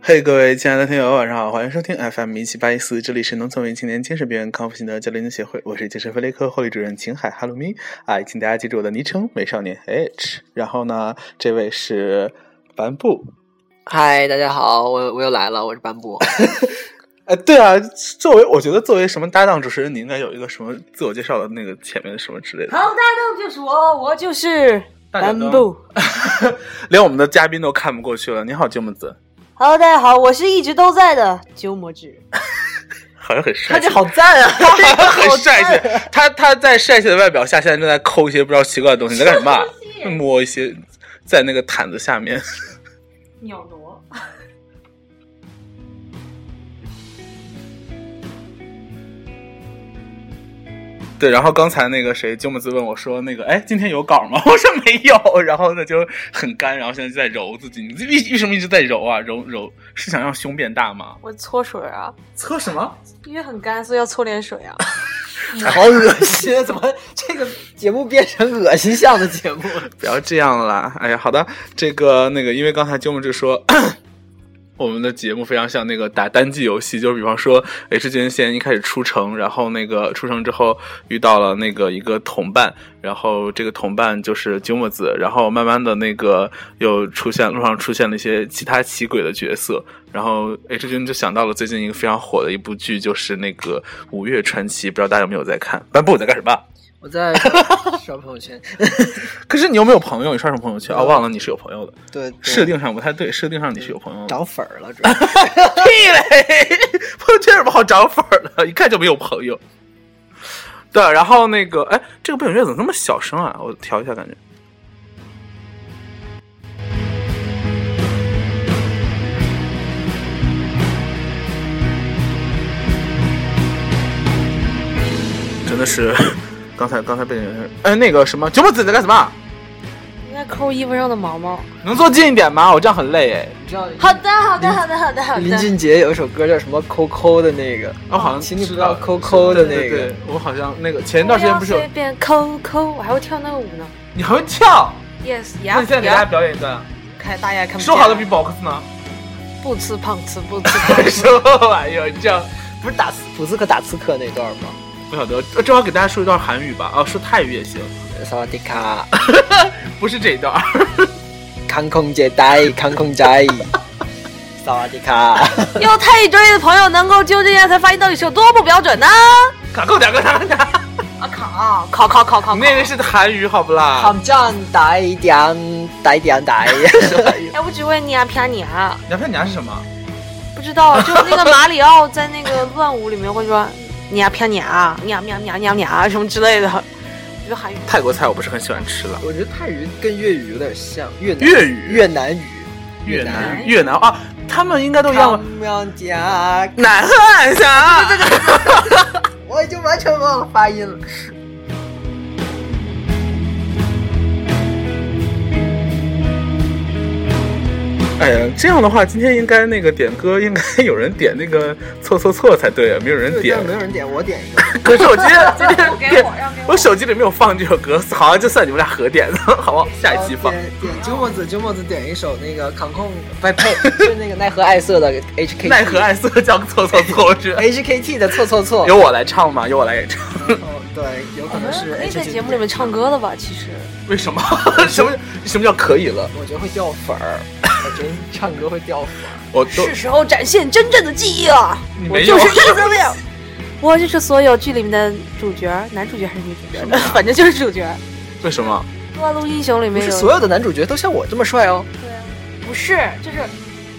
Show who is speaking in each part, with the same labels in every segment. Speaker 1: 嘿、各位亲爱的听友，晚上好，欢迎收听 FM 一七八一四，这里是农村文艺青年精神病院康复心得交流协会，我是精神分裂科护理主任秦海哈鲁咪，哎，请大家记住我的昵称美少年 H，然后呢，这位是帆布，
Speaker 2: 嗨，大家好，我我又来了，我是斑布。
Speaker 1: 哎，对啊，作为我觉得作为什么搭档主持人，你应该有一个什么自我介绍的那个前面什么之 类的，
Speaker 3: 好，大家就是我，我就是
Speaker 1: 大家都
Speaker 3: 南部。
Speaker 1: 连我们的嘉宾都看不过去了。你好，鸠木子，
Speaker 3: Hello，大家好，我是一直都在的鸠摩智。
Speaker 1: 好像很帅
Speaker 2: 看
Speaker 1: 气
Speaker 2: 这，好赞啊！
Speaker 1: 很帅气，他他在帅气的外表下，现在正在抠一些不知道奇怪的东西，你在干什么啊？摸一些在那个毯子下面。
Speaker 3: 鸟挪，
Speaker 1: 对，然后刚才那个谁，鸠姆斯问我说：“那个，哎，今天有稿吗？” 我说没有，然后呢就很干，然后现在就在揉自己。你为为什么一直在揉啊？揉揉是想让胸变大吗？
Speaker 3: 我搓水啊，
Speaker 1: 测什 么？
Speaker 3: 因为很干，所以要搓点水啊。
Speaker 2: 好恶心，怎么这个节目变成恶心向的节目了？
Speaker 1: 不要这样啦！哎呀，好的，这个那个，因为刚才鸠姆就说。 我们的节目非常像那个打单机游戏，就是比方说 H 君先一开始出城，然后那个出城之后遇到了那个一个同伴，然后这个同伴就是鸠摩子，然后慢慢的那个又出现路上出现了一些其他奇诡的角色，然后哎 H 君就想到了最近一个非常火的一部剧，就是那个《五月传奇》，不知道大家有没有在看？班布你在干什么？
Speaker 2: 我 在刷朋友圈，
Speaker 1: 可是你又没有朋友，你刷什么朋友圈？啊，忘了你是有朋友的。
Speaker 2: 对，对
Speaker 1: 设定上不太对，设定上你是有朋友的。
Speaker 2: 涨粉儿了，主要是
Speaker 1: 屁嘞！朋友圈有什么好涨粉儿的？一看就没有朋友。对，然后那个，哎，这个背景乐怎么那么小声啊？我调一下，感觉。真的是，刚才刚才背景音乐，哎，那个什么，九木子你在干什么？啊
Speaker 3: 应该抠衣服上的毛毛。
Speaker 1: 能坐近一点吗？我这样很累哎。
Speaker 2: 你知道
Speaker 3: 好的，好的，好的，好的，好
Speaker 2: 林
Speaker 3: 的。
Speaker 2: 俊杰有一首歌叫什么“抠抠”的那个，
Speaker 1: 我好像
Speaker 2: 请你
Speaker 1: 知
Speaker 2: 不要
Speaker 1: 道
Speaker 2: 抠抠的
Speaker 1: 对对
Speaker 2: 那个
Speaker 1: 对我好像那个前一段时间不是有
Speaker 3: 随便抠抠，我还会跳那个舞呢。
Speaker 1: 你还会跳？
Speaker 3: Yes，
Speaker 1: 那
Speaker 3: 呀
Speaker 1: 你现在给大家表演一段。
Speaker 3: 看大家看不见。
Speaker 1: 说好的 B-box 呢？
Speaker 3: 不吃胖吃不吃胖吃。
Speaker 1: 什么玩意儿？哎你这样
Speaker 2: 不是打刺普斯克打刺客那段吗？
Speaker 1: 不晓得。呃正好给大家说一段韩语吧。啊，说泰语也行，
Speaker 2: 萨瓦迪卡，
Speaker 1: 不是这 一段儿。
Speaker 2: 康空姐呆，康空宅，萨瓦迪 卡。
Speaker 3: 有泰语专业的朋友能够纠正一下，才发现到底是有多不标准呢。
Speaker 1: 卡扣点，卡扣点。
Speaker 3: 啊考考考考考，
Speaker 1: 你那个是韩语好不啦？
Speaker 2: 抗战打一点，打一点打。
Speaker 3: 哎，我只问你啊，啪你啊，
Speaker 1: 你要看你是什么？
Speaker 3: 不知道，就那个马里奥在那个乱舞里面会说你啊啪你啊，你啊喵喵喵喵啊什么之类的，我觉得韩语
Speaker 1: 泰国菜我不是很喜欢吃了。
Speaker 2: 我觉得泰语跟粤语有点像，越南
Speaker 1: 粤语，
Speaker 2: 越南语，
Speaker 1: 越南，
Speaker 3: 南
Speaker 1: 越南啊，他们应该都一样吧。
Speaker 2: 康喵家，
Speaker 1: 南汉翔。
Speaker 2: 我已经完全忘了发音了。
Speaker 1: 哎呀，这样的话，今天应该那个点歌，应该有人点那个错错错才对啊，没有人点
Speaker 2: 但。没有人点，我点一个。
Speaker 1: 可是 我今天今天
Speaker 3: 让给
Speaker 1: 点
Speaker 3: 我，让给我
Speaker 1: 我。手机里没有放这首歌，好像就算你们俩合点的， 好不好？ 下一期放。
Speaker 2: 点点鸠墨子，鸠墨子点一首那个康控，不呸，就是那个奈何爱色的 H K
Speaker 1: 奈何爱色叫错错错，我觉得
Speaker 2: H K T 的错错错。
Speaker 1: 由我来唱吗？由我来演唱？
Speaker 2: 哦，对，有可
Speaker 3: 我
Speaker 2: 能是
Speaker 3: 们可以
Speaker 2: H K
Speaker 3: 在节目里面唱歌的吧？其实
Speaker 1: 为什么？ 什么什么叫可以了？
Speaker 2: 我觉得会掉粉儿，我觉得唱歌会掉粉儿。
Speaker 1: 我都
Speaker 3: 是时候展现真正的技艺了。
Speaker 1: 你
Speaker 3: 我
Speaker 1: 没有
Speaker 3: 就是 Isabel，我就是所有剧里面的主角，男主角还是女主角？ 反正就是主角。
Speaker 1: 为什么？
Speaker 3: 《撸啊撸英雄》里
Speaker 2: 不
Speaker 3: 面
Speaker 2: 是
Speaker 3: 有
Speaker 2: 所有的男主角都像我这么帅哦，
Speaker 3: 不是，就是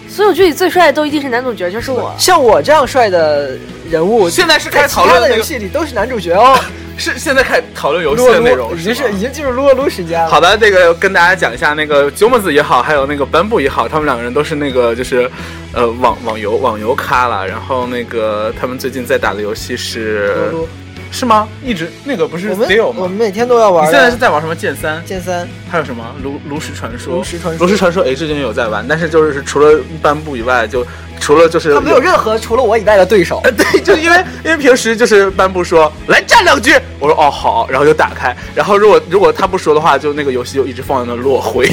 Speaker 3: 所有剧里最帅的都一定是男主角，就是我。
Speaker 2: 像我这样帅的人物，
Speaker 1: 啊现在是开
Speaker 2: 在
Speaker 1: 始
Speaker 2: 其
Speaker 1: 讨
Speaker 2: 他
Speaker 1: 论
Speaker 2: 的
Speaker 1: 那
Speaker 2: 游
Speaker 1: 个，
Speaker 2: 戏里都是男主角哦。
Speaker 1: 是现在开始讨 论游戏
Speaker 2: 撸啊
Speaker 1: 的内
Speaker 2: 撸
Speaker 1: 容，
Speaker 2: 已经
Speaker 1: 吗
Speaker 2: 是已经进入撸啊撸时间了。
Speaker 1: 好的，这个跟大家讲一下，那个鸠木子也好，还有那个班布也好，他们两个人都是那个就是，呃，网网游网游咖了。然后那个他们最近在打的游戏是
Speaker 2: 撸啊撸，
Speaker 1: 是吗？一直那个不是
Speaker 2: 我
Speaker 1: s
Speaker 2: 们
Speaker 1: t i l
Speaker 2: 我
Speaker 1: 吗
Speaker 2: 们？每天都要
Speaker 1: 你
Speaker 2: 玩的。
Speaker 1: 现在是在玩什么剑三？
Speaker 2: 剑三，
Speaker 1: 还有什么炉炉石传说？
Speaker 2: 炉石传说
Speaker 1: 炉石传说 H 君有在玩，但是就是除了班布以外，就除了就是
Speaker 2: 他没有任何除了我以外的对手。
Speaker 1: 呃， 对，就因为因为平时就是班布说来站两局，我说哦好，然后就打开，然后如果如果他不说的话，就那个游戏就一直放在那落灰，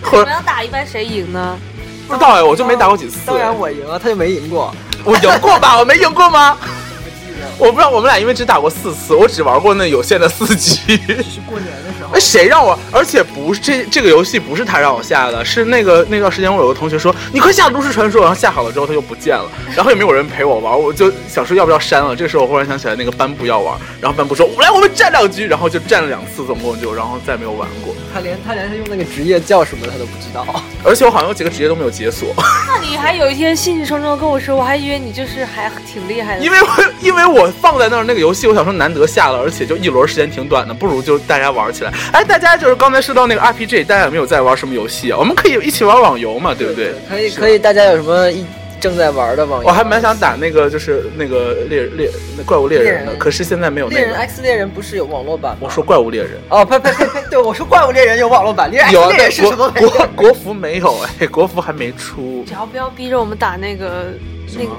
Speaker 1: 或者
Speaker 3: 要打一般谁赢呢？
Speaker 1: 不知道哎，我就没打过几次。
Speaker 2: 当然我赢了，他就没赢过。
Speaker 1: 我赢过吧？我没赢过吗？
Speaker 2: 不记得了，
Speaker 1: 我不知道，我们俩因为只打过四次，我只玩过那有限的四局。
Speaker 2: 是过年的时候
Speaker 1: 哎，。谁让我？而且不是这这个游戏不是他让我下的，是那个那段时间我有个同学说你快下《都市传说》，然后下好了之后他就不见了，然后也没有人陪我玩，我就想说要不要删了。这时候我忽然想起来那个班布要玩，然后班布说来我们战两局，然后就战了两次，总共就然后再没有玩过。
Speaker 2: 他连他连他用那个职业叫什么他都不知道。
Speaker 1: 而且我好像有几个职业都没有解锁，
Speaker 3: 那你还有一天兴致冲冲的跟我说，我还以为你就是还挺厉害的。
Speaker 1: 因为我因为我放在那儿那个游戏，我想说难得下了，而且就一轮时间挺短的，哎不如就大家玩起来。哎，大家就是刚才说到那个 RPG，大家有没有在玩什么游戏啊？我们可以一起玩网游嘛，对不对？
Speaker 2: 可以
Speaker 1: 是啊
Speaker 2: 可以，大家有什么一正在玩的网游？
Speaker 1: 我还蛮想打那个，就是那个猎猎那怪物猎人
Speaker 2: 猎
Speaker 1: 的，
Speaker 2: 人
Speaker 1: 可是现在没有那
Speaker 2: 猎人
Speaker 1: 个。
Speaker 2: X 猎人不是有网络版吗？
Speaker 1: 我说怪物猎人，
Speaker 2: 哦，呸呸呸呸，对我说怪物猎人有网络版，猎人
Speaker 1: 有
Speaker 2: X
Speaker 1: 啊
Speaker 2: 哎猎
Speaker 1: 但
Speaker 2: 人是什么
Speaker 1: 国
Speaker 2: 玩意
Speaker 1: 国
Speaker 2: 儿？
Speaker 1: 国服没有哎，国服还没出
Speaker 3: 只。要不要逼着我们打那个
Speaker 1: 什
Speaker 3: 那个
Speaker 1: 么，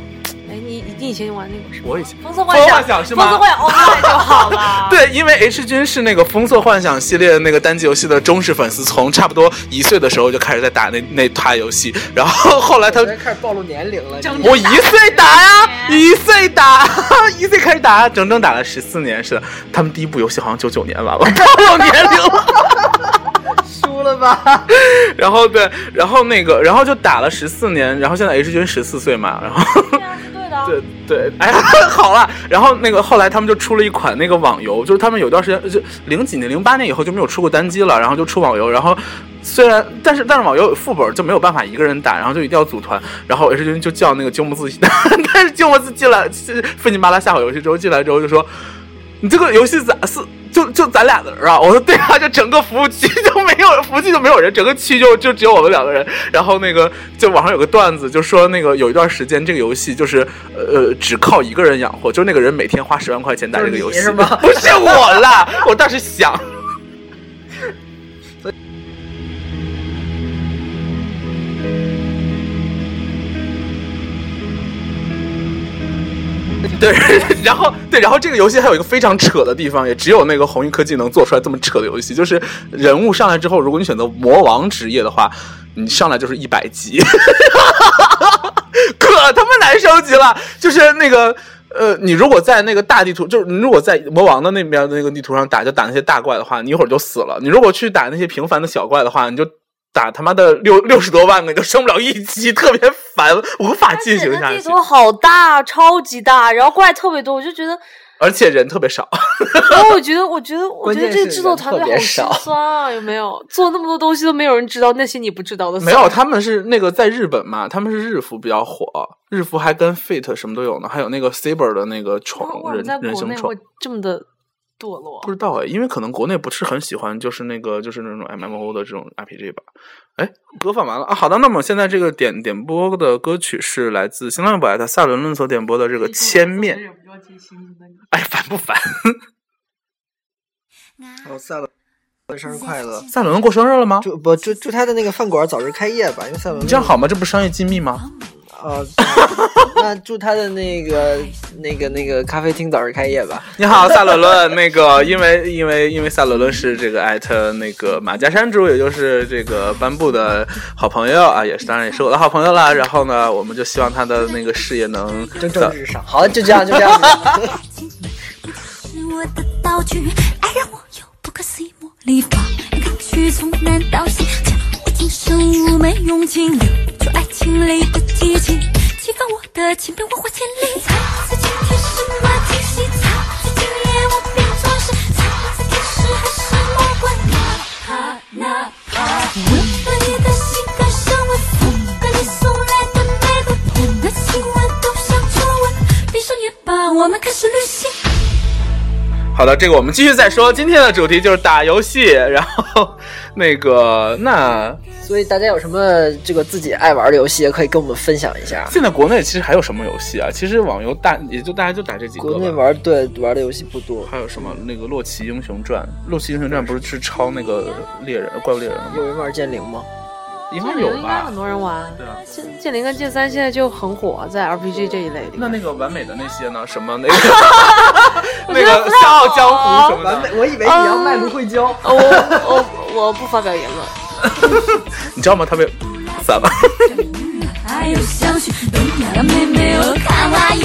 Speaker 3: 哎，你你以前玩那个什么？
Speaker 1: 我以前
Speaker 3: 风色
Speaker 1: 风
Speaker 3: 幻
Speaker 1: 色幻想是吗。，
Speaker 3: 风色幻想 online 就好 了
Speaker 1: 对，因为 H 君是那个《风色幻想》系列的那个单机游戏的忠实粉丝，从差不多一岁的时候就开始在打那那套游戏，然后后来他
Speaker 2: 我觉得开始暴露年龄了。
Speaker 3: 整
Speaker 2: 你
Speaker 1: 我一岁打呀，
Speaker 3: 十年
Speaker 1: 一岁打， 一岁开始打，整整打了十四年。是的，他们第一部游戏好像九九年完了， 暴露年龄了。
Speaker 2: 输了吧？
Speaker 1: 然后对，然后那个，然后就打了十四年，然后现在 H 君十四岁嘛，然后
Speaker 3: 对啊，是对的啊。
Speaker 1: 对对，哎， 好了，然后那个后来他们就出了一款那个网游，就是他们有段时间就零几年、零八年以后就没有出过单机了，然后就出网游，然后。虽然，但是但是网游有副本就没有办法一个人打，然后就一定要组团。然后 H 君就叫那个鸠摩自己打， 但是鸠摩自进来，是费劲巴拉下好游戏之后进来之后就说：“你这个游戏咋是就就咱俩人啊？我说对啊，就整个服务区就没有服务器就没有人，整个区就就只有我们两个人。然后那个就网上有个段子，就说那个有一段时间这个游戏就是呃只靠一个人养活，就是那个人每天花十万块钱打这个游戏，
Speaker 2: 就是你 是吗
Speaker 1: 不是我啦，我当时想。 对，然后对，然后这个游戏还有一个非常扯的地方，也只有那个红鹰科技能做出来这么扯的游戏，就是人物上来之后，如果你选择魔王职业的话，你上来就是一百级， 可他妈难升级了。就是那个呃，你如果在那个大地图，就是你如果在魔王的那边的那个地图上打，就打那些大怪的话，你一会儿就死了；你如果去打那些平凡的小怪的话，你就。打他妈的六六十多万个，你就升不了一级，特别烦，无法
Speaker 3: 而
Speaker 1: 进
Speaker 3: 且
Speaker 1: 行
Speaker 3: 那
Speaker 1: 下
Speaker 3: 地
Speaker 1: 去，
Speaker 3: 图好大，超级大，然后怪特别多，我就觉得，
Speaker 1: 而且人特别少。
Speaker 3: 然后我觉得，我觉得，我
Speaker 2: 关
Speaker 3: 觉
Speaker 2: 键
Speaker 3: 得这个
Speaker 2: 是
Speaker 3: 制作
Speaker 2: 人
Speaker 3: 团
Speaker 2: 特
Speaker 3: 队
Speaker 2: 别
Speaker 3: 好心
Speaker 2: 少
Speaker 3: 酸啊，有没有？做那么多东西都没有人知道那些你不知道的事儿。
Speaker 1: 没有，他们是那个在日本嘛，他们是日服比较火，日服还跟 Fit 什么都有呢，还有那个 Saber 的那个
Speaker 3: 我
Speaker 1: 宠
Speaker 3: 哦我
Speaker 1: 人
Speaker 3: 在
Speaker 1: 人
Speaker 3: 国
Speaker 1: 形
Speaker 3: 内
Speaker 1: 宠
Speaker 3: 会，这么的堕落
Speaker 1: 不。知道哎，因为可能国内不是很喜欢，就是那个就是那种 MMO 的这种 RPG 吧。哎，歌放完了啊，好的，那么现在这个点点播的歌曲是来自新浪微博艾特萨伦论所点播的这个《千面》，哎，烦不烦？
Speaker 2: 哦，赛伦，生日快乐！
Speaker 1: 萨伦过生日了吗？
Speaker 2: 祝不祝祝他的那个饭馆早日开业吧，因为赛伦
Speaker 1: 你这样好吗？这不是商业机密吗？
Speaker 2: 啊、 那祝他的那个那个那个咖啡厅早日开业吧。
Speaker 1: 你好，萨伦伦。那个，因为因为因为萨伦伦是这个艾特那个马家山猪，也就是这个班布的好朋友啊，也是当然也是我的好朋友啦。然后呢，我们就希望他的那个事业能
Speaker 2: 蒸
Speaker 1: 早
Speaker 2: 蒸日上。好，就这样，就这样。
Speaker 4: 是我的道具，爱让我有不可思议魔力法，抗拒从南到西，将我今生妩媚用尽，留住爱情里的激情，激发我的千变万化潜力。彩色今天什么惊喜？彩色今夜我变作是彩色天使还是魔鬼？那那那，我对你的心甘上吻，风给你送来的玫瑰，我的亲吻都像初吻，闭上眼吧，我们开始旅行。
Speaker 1: 好的，这个我们继续再说。今天的主题就是打游戏，然后那个那
Speaker 2: 所以大家有什么这个自己爱玩的游戏，也可以跟我们分享一下。
Speaker 1: 现在国内其实还有什么游戏啊？其实网游大也就大家就打这几个
Speaker 2: 国内
Speaker 1: 吧。
Speaker 2: 玩对玩的游戏不多，
Speaker 1: 还有什么那个《洛奇英雄传》？《洛奇英雄传》不是是抄那个猎人怪物猎人了吗？
Speaker 2: 有人玩剑灵吗？
Speaker 1: 应该
Speaker 3: 剑
Speaker 1: 有
Speaker 3: 灵应该
Speaker 1: 吧
Speaker 3: 很？多人玩，
Speaker 1: 对啊。
Speaker 3: 剑剑灵跟剑三现在就很火，在 RPG 这一类里。
Speaker 1: 那那个完美的那些呢？什么那个那个《笑傲江湖》什么的？，
Speaker 2: 我以为你要卖芦荟胶。
Speaker 3: 哦哦我我我不发表言论。
Speaker 1: 你知道吗？他被咋了？
Speaker 4: 还有香薰，东亚的妹妹我卡哇伊。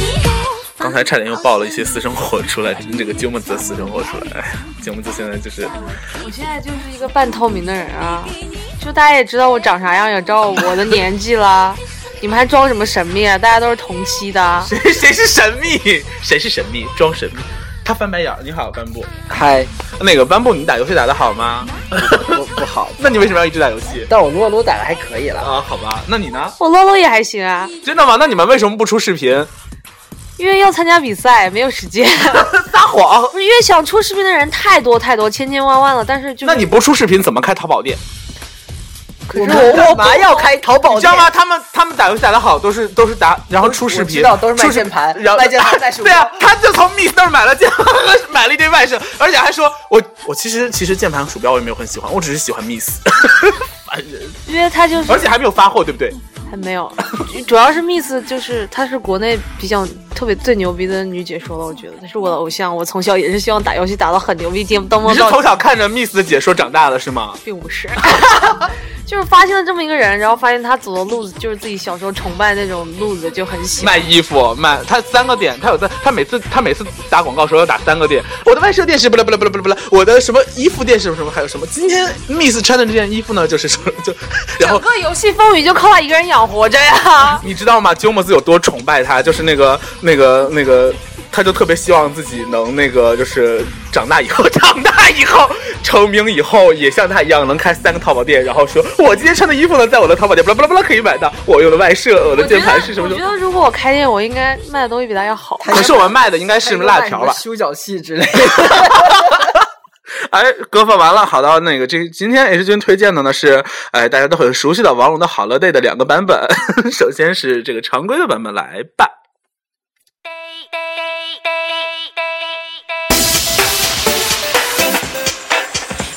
Speaker 1: 刚才差点又爆了一些私生活出来，这个鸠木子的私生活出来。哎鸠木子现在就是
Speaker 3: 我现在就是一个半透明的人啊，就大家也知道我长啥样，也知道我的年纪啦。你们还装什么神秘啊？大家都是同期的。
Speaker 1: 谁谁是神秘，谁是神秘，装神秘。他翻白眼儿。你好，班布。
Speaker 2: 嗨，
Speaker 1: 那个班布，你打游戏打得好吗？
Speaker 2: 不不好，
Speaker 1: 那你为什么要一直打游戏？
Speaker 2: 但我撸啊撸打的还可以了。
Speaker 1: 啊，好吧，那你呢？
Speaker 3: 我露露也还行啊，
Speaker 1: 真的吗？那你们为什么不出视频？
Speaker 3: 因为要参加比赛，没有时间。
Speaker 1: 撒谎！
Speaker 3: 不是因为想出视频的人太多太多，千千万万了，但是就是
Speaker 1: 那你不出视频怎么开淘宝店？
Speaker 2: 我们干嘛要开淘宝
Speaker 1: 你
Speaker 2: 店？
Speaker 1: 知道吗？他们他们打游戏打得好，都是都是打，然后出视
Speaker 2: 我
Speaker 1: 频，
Speaker 2: 知道都是卖
Speaker 1: 出视
Speaker 2: 键盘
Speaker 1: 然后
Speaker 2: 卖键 盘卖鼠标
Speaker 1: 对啊，他就从 Miss 那儿买了键盘 和买了一堆外设，而且还说我我其实其实键盘鼠标我也没有很喜欢，我只是喜欢 Miss，烦人，
Speaker 3: 因为他就是
Speaker 1: 而且还没有发货，对不对？
Speaker 3: 还没有，主要是 Miss 就是她是国内比较特别最牛逼的女解说了，我觉得她是我的偶像，我从小也是希望打游戏打到很牛逼，巅登
Speaker 1: 你
Speaker 3: 峰
Speaker 1: 是
Speaker 3: 到
Speaker 1: 从小看着 Miss 的解说长大的是吗？
Speaker 3: 并不是， 就是发现了这么一个人，然后发现他走的路子就是自己小时候崇拜那种路子，就很喜欢。
Speaker 1: 卖衣服，卖他三个点，他有在，他每次他每次打广告时候要打三个点。我的外设店是不啦不啦不啦不啦不啦，我的什么衣服店是什么什么，还有什么？今天 Miss 穿的这件衣服呢，就是说就，然后
Speaker 3: 整个游戏风雨就靠他一个人养活着呀。
Speaker 1: 你知道吗？鸠摩斯有多崇拜他，就是那个那个那个，他就特别希望自己能那个，就是长大以后，长大以后成名以后，也像他一样能开三个淘宝店，然后说我今天穿的衣服呢，在我的淘宝店巴拉巴拉巴拉可以买到，我有的外设， 我
Speaker 3: 我
Speaker 1: 的
Speaker 3: 觉
Speaker 1: 键
Speaker 3: 得
Speaker 1: 盘是什么
Speaker 3: 我
Speaker 1: 什
Speaker 3: 觉
Speaker 1: 么。
Speaker 3: 得如果我开店，我应该卖的东西比他要好。
Speaker 2: 他
Speaker 1: 可是我们卖的应该是辣条吧？
Speaker 2: 修脚器之类的。
Speaker 1: 哎，割发完了，好到那个这今天 H 君推荐的呢是，哎，大家都很熟悉的王龙的《好乐 day》的两个版本。 首先是这个常规的版本，来吧。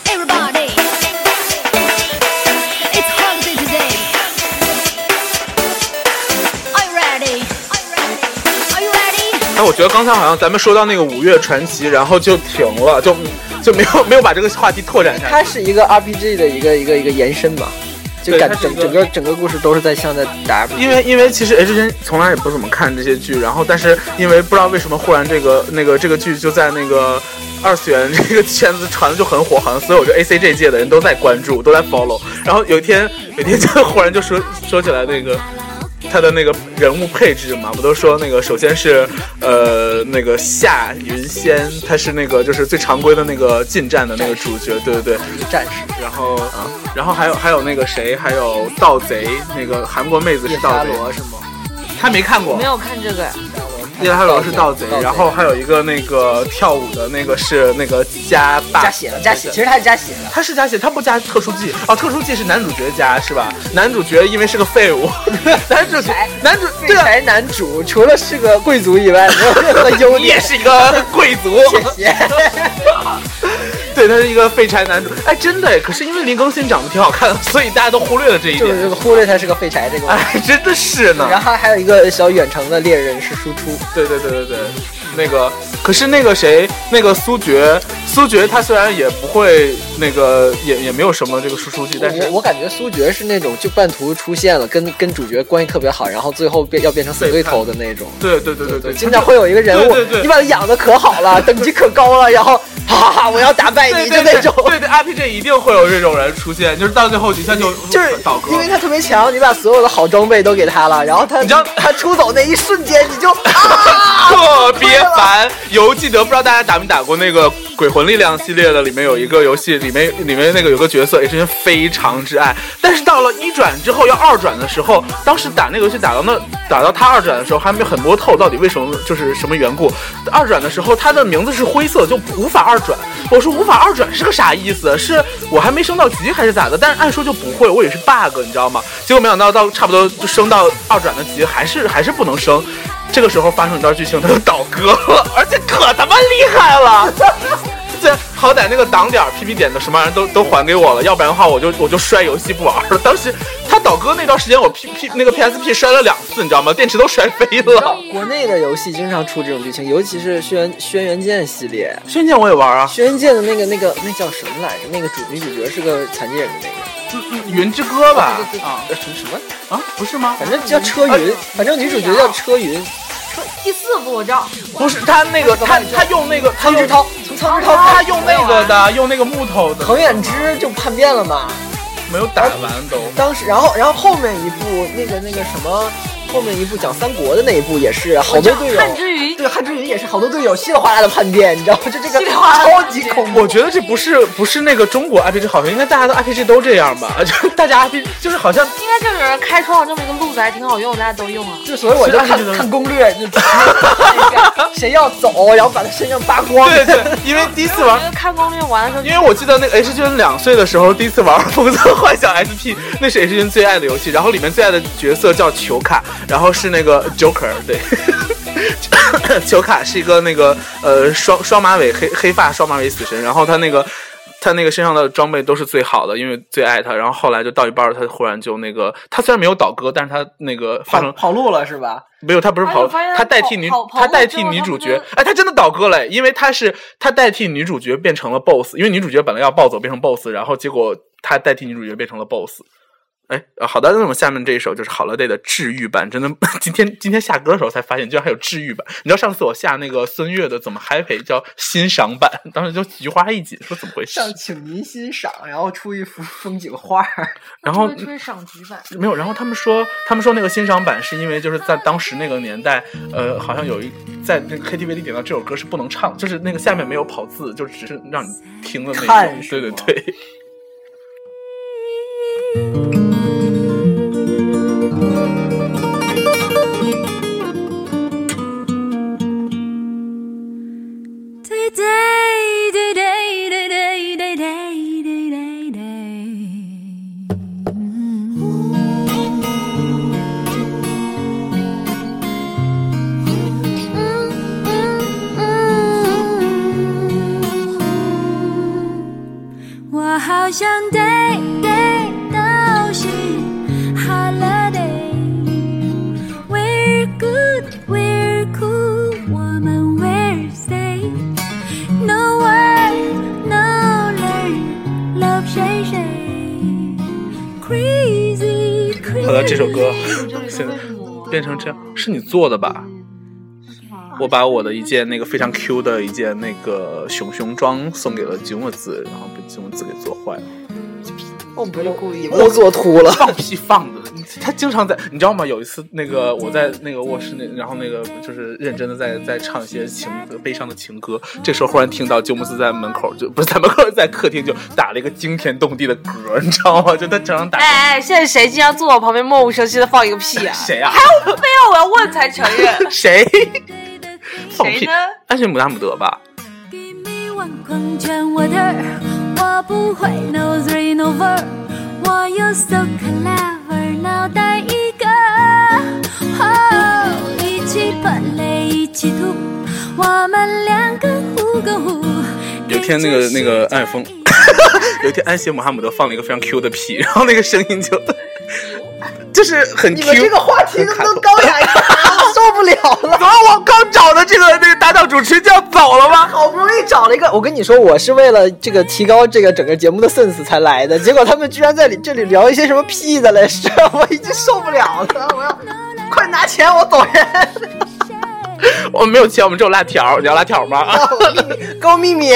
Speaker 5: Everybody, it's holiday today. Are you ready? Are you ready?
Speaker 1: 哎，我觉得刚才好像咱们说到那个五月传奇，然后就停了，就就没有没有把这个话题拓展下去。
Speaker 2: 它是一个 RPG 的一个一个一个延伸嘛，就
Speaker 1: 对
Speaker 2: 感
Speaker 1: 它是一
Speaker 2: 整
Speaker 1: 个
Speaker 2: 整个整个故事都是在像在打 RPG。
Speaker 1: 因为因为其实 H 君从来也不怎么看这些剧，然后但是因为不知道为什么忽然这个那个这个剧就在那个二次元这个圈子传的就很火，好像所有这 A C G 界的人都在关注，都在 follow。然后有一天有一天就 忽然就说说起来那个。他的那个人物配置嘛，不都说那个首先是呃那个夏云仙，他是那个就是最常规的那个近战的那个主角，对对对，
Speaker 2: 一个战士，
Speaker 1: 然后啊，然后还有还有那个谁，还有盗贼，那个韩国妹子
Speaker 2: 叶
Speaker 1: 是盗
Speaker 2: 沙
Speaker 1: 贼，
Speaker 2: 罗是吗？
Speaker 1: 他没看过
Speaker 3: 没。有看这个，
Speaker 1: 叶沙罗是盗贼，然后还有一个那个跳舞的那个是那个加霸，
Speaker 2: 加血了，加
Speaker 1: 啊
Speaker 2: 血，其实他是加血了。
Speaker 1: 他是加血，他不加特殊技哦，特殊技是男主角加是吧？男主角因为是个废 物， 男主角男主
Speaker 2: 这
Speaker 1: 对啊，
Speaker 2: 才男主除了是个贵族以外， 没有任何优
Speaker 1: 也
Speaker 2: 点。
Speaker 1: 是一个 贵族，
Speaker 2: 谢谢。
Speaker 1: 对，他是一个废柴男主。哎，真的，可是因为林更新长得挺好看的， 所以大家都忽略了这一
Speaker 2: 就是这
Speaker 1: 点。
Speaker 2: 个忽略他是个废柴这个问题。
Speaker 1: 哎，真的是呢。
Speaker 2: 然后还有一个小远程的猎人是输出，
Speaker 1: 对对对对对，那个可是那个谁，那个苏觉，苏觉他虽然也不会那个，也也没有什么这个输出技，但
Speaker 2: 我
Speaker 1: 是
Speaker 2: 我感觉苏觉是那种就半途出现了，跟跟主角关系特别好，然后最后变要变成死对头的那种。
Speaker 1: 对对对对对，
Speaker 2: 经常会有一个人物，
Speaker 1: 对对对
Speaker 2: 你把他养的可好了，等级可高了，然后哈哈哈，我要打败
Speaker 1: 对
Speaker 2: 你，
Speaker 1: 对
Speaker 2: 就
Speaker 1: 对
Speaker 2: 那种。
Speaker 1: 对对 RPG 一定会有这种人出现，就是到最后一下就
Speaker 2: 就是
Speaker 1: 倒戈
Speaker 2: 因。为他特别强，你把所有的好装备都给他了，然后他
Speaker 1: 你知道
Speaker 2: 他出走那一瞬间， 你就 啊
Speaker 1: 特别烦，犹记得不知道大家打没打过那个《鬼魂力量》系列的，里面有一个游戏，里面里面那个有个角色也是非常之爱，但是到了一转之后要二转的时候，当时打那个游戏打到那打到他二转的时候还没有很摸透到底为什么就是什么缘故，二转的时候他的名字是灰色，就无法二转。我说无法二转是个啥意思？是我还没升到级还是咋的？但是按说就不会，我也是 bug，你知道吗？结果没想到到差不多就升到二转的级，还是还是不能升。这个时候发生一段剧情，他就倒戈 了，而且可他妈厉害了。 这好歹那个档点儿、PP 点的什么玩意儿都都还给我了，要不然的话我就我就摔游戏不玩了。当时他倒戈那段时间，我 P P 那个 PSP 摔了两次，你知道吗？电池都摔飞了。
Speaker 2: 国内的游戏经常出这种剧情，尤其是轩《轩辕剑》系列，
Speaker 1: 轩剑我也玩啊，
Speaker 2: 《轩辕剑》的那个那个那叫什么来着？那个主女主角是个残疾人的那个，
Speaker 1: 嗯云之歌吧
Speaker 2: 对对对？
Speaker 1: 啊
Speaker 2: 呃什么什么，
Speaker 1: 啊，不是吗？
Speaker 2: 反正叫车
Speaker 3: 嗯
Speaker 2: 云，反正女主角叫车云，
Speaker 3: 第四部我知道，
Speaker 1: 不是他那个他他用那个他
Speaker 2: 苍之
Speaker 1: 用
Speaker 2: 涛，从苍之涛
Speaker 1: 他
Speaker 2: 看
Speaker 1: 用那个的用那个木头的，
Speaker 2: 恒远之就叛变了嘛。
Speaker 1: 没有打完都。
Speaker 2: 当时，然后，然后后面一部那个那个什么，后面一部讲三国的那一部也是好多队友，
Speaker 3: 汉之云
Speaker 2: 对汉之云也是好多队友稀里哗啦的叛变，你知道吗？就这个
Speaker 3: 稀里哗啦地
Speaker 2: 超
Speaker 3: 叛
Speaker 2: 级
Speaker 3: 变
Speaker 2: 恐怖。
Speaker 1: 我觉得这不是不是那个中国 RPG 好评，应该大家的 RPG 都这样吧？ 就是大家 RPG 就是好像哦
Speaker 3: 应该就有人开创了这么一个路子，还挺好用，大家都用啊。
Speaker 2: 就所以我就
Speaker 1: 所以暗
Speaker 2: 看
Speaker 1: 示
Speaker 2: 看攻略，就 看一下谁要走，然后把他身上扒光。
Speaker 1: 对对， 因为第一次
Speaker 3: 我
Speaker 1: 玩
Speaker 3: 觉得看攻略玩的时
Speaker 1: 因
Speaker 3: 候，
Speaker 1: 为我记得那个 H 君两岁的时候，第一次玩《疯子幻想 SP》，那是 H 君最爱的游戏。然后里面最爱的角色叫球卡，然后是那个 Joker，对， 球卡是一个那个呃双双马尾黑黑发双马尾死神。然后他那个他那个身上的装备都是最好的，因为最爱他。然后后来就到一半儿，他忽然就那个，他虽然没有倒戈，但是他那个发生
Speaker 2: 跑跑路了是吧？
Speaker 1: 没有，他不是
Speaker 3: 哎
Speaker 1: 跑
Speaker 3: 我发现，
Speaker 1: 他
Speaker 3: 他
Speaker 1: 代
Speaker 3: 跑
Speaker 1: 替女
Speaker 3: 跑，跑
Speaker 1: 他
Speaker 3: 路
Speaker 1: 代
Speaker 3: 之
Speaker 1: 替
Speaker 3: 后
Speaker 1: 女
Speaker 3: 他
Speaker 1: 主
Speaker 3: 不
Speaker 1: 角
Speaker 3: 是，
Speaker 1: 哎，他真的倒戈了，因为他是他代替女主角变成了 BOSS，因为女主角本来要暴走变成 BOSS，然后结果他代替女主角变成了 BOSS。哎，呃好的，那我们下面这一首就是 Holiday 的治愈版，真的， 今天今天下歌的时候才发现，居然还有治愈版。你知道上次我下那个孙悦的怎么 happy 叫欣赏版，当时就菊花一紧，说怎么回事？
Speaker 2: 上请您欣赏，然后出一幅风景画儿。
Speaker 1: 然后
Speaker 3: 出去赏菊版，
Speaker 1: 没有，然后他们说，他们说那个欣赏版是因为就是在当时那个年代，呃，好像有一在那个 KTV 里点到这首歌是不能唱，就是那个下面没有跑字，就只是让你听的那
Speaker 2: 看
Speaker 1: 种。
Speaker 2: 是
Speaker 1: 对对
Speaker 2: 吗
Speaker 1: 对，
Speaker 4: 对对对对对对对对对对对。我好想 day day 都是 holiday。We're good, we're cool，我们 we're safe。No word, no learn, love 谁谁。Crazy, crazy。
Speaker 1: 好的，这首歌现在
Speaker 3: 魔
Speaker 1: 变成这样，是你做的吧？我把我的一件那个非常 Q 的一件那个熊熊装送给了吉木子，然后被吉木子给做坏了。
Speaker 2: 我不是故意，我做秃了。
Speaker 1: 放屁放的， 他经常在，你知道吗？有一次那个我在那个卧室那，然后那个就是认真的在在唱一些情歌悲伤的情歌，这时候忽然听到鸠摩斯在门口就不是在门口在客厅就打了一个惊天动地的嗝，你知道吗？就他常常打嗝。
Speaker 3: 哎哎，现在谁经常坐我旁边默无声息的放一个屁啊？
Speaker 1: 谁呀、
Speaker 3: 没有，我要问才承认。
Speaker 1: 谁？ 放
Speaker 3: 谁
Speaker 1: 屁
Speaker 3: 呢？
Speaker 1: 安全姆达姆德吧？
Speaker 4: Give me one 矿泉我的儿，我不会 no three no four，我有 so clever 脑袋一个，哦，一起 play 一起吐，我们两个互个互。
Speaker 1: 有一天那个那个爱疯有一天安邪姆哈姆德放了一个非常 Q 的屁，然后那个声音就 就是很 Q。
Speaker 2: 你们这个话题
Speaker 1: 很
Speaker 2: 能
Speaker 1: 卡
Speaker 2: 不能
Speaker 1: 通
Speaker 2: 高雅一点？ 我受不了了。
Speaker 1: 怎么我刚找的这个那个搭档主持人就要走了吗？
Speaker 2: 好不容易找了一个，我跟你说，我是为了这个提高这个整个节目的 sense 才来的，结果他们居然在里这里聊一些什么屁的来着， 我已经受不了了，我要快拿钱，我走人，
Speaker 1: 我们没有钱，我们只有辣条，你要辣条吗？
Speaker 2: 给我秘密。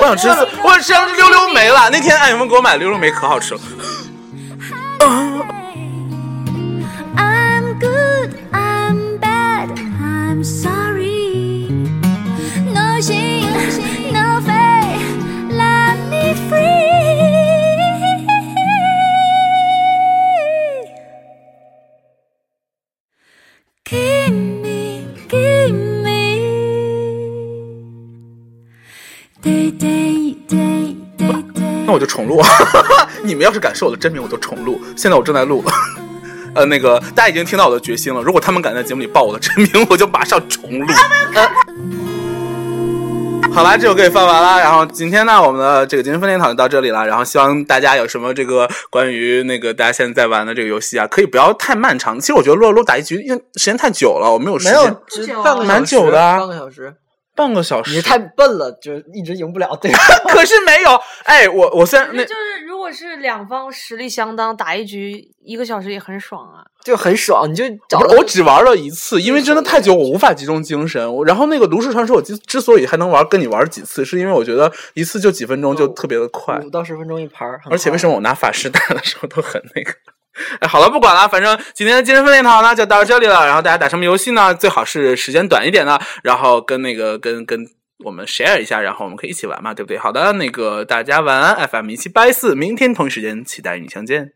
Speaker 1: 我想吃，我想吃溜溜梅了。那天艾文给我买溜溜梅，可好吃了。
Speaker 4: I'm good, I'm bad, I'm sorry. No shame, no faith, let me free. Give me, give me. Day, day, day, day, day.
Speaker 1: 那我就重录。啊你们要是敢说我的真名，我就重录。现在我正在录。呃，那个大家已经听到我的决心了。如果他们敢在节目里报我的真名，我就马上重录。呃好啦，这首歌也放完了。然后今天呢，我们的这个今天分类讨论到这里了。然后希望大家有什么这个关于那个大家现在在玩的这个游戏啊，可以不要太漫长。其实我觉得撸啊撸打一局，因为时间太久了，我没有时
Speaker 2: 没
Speaker 1: 间。
Speaker 2: 有，只半个小时
Speaker 1: 蛮久的啊
Speaker 2: 半个小时。
Speaker 1: 半个小
Speaker 2: 你
Speaker 1: 时。
Speaker 2: 太笨了，就一直赢不了对方。
Speaker 1: 可是没有，哎，我我虽然那
Speaker 3: 就是如果是两方实力相当，打一局一个小时也很爽啊。
Speaker 2: 就很爽，你就找
Speaker 1: 不
Speaker 2: 到
Speaker 1: 是，我只玩了一次，因为真的太久，我无法集中精神。我然后那个炉石传说，我之之所以还能玩，跟你玩几次，是因为我觉得一次就几分钟就嗯特别的快。
Speaker 2: 五到十分钟一盘儿，很
Speaker 1: 而且
Speaker 2: 快
Speaker 1: 为什么我拿法师打的时候都很那个？哎，好了，不管了，反正今天的健身分练堂呢就到这里了。然后大家打什么游戏呢？最好是时间短一点的，然后跟那个跟跟我们 share 一下，然后我们可以一起玩嘛，对不对？好的，那个大家晚安，FM 一七八一四，明天同一时间期待与你相见。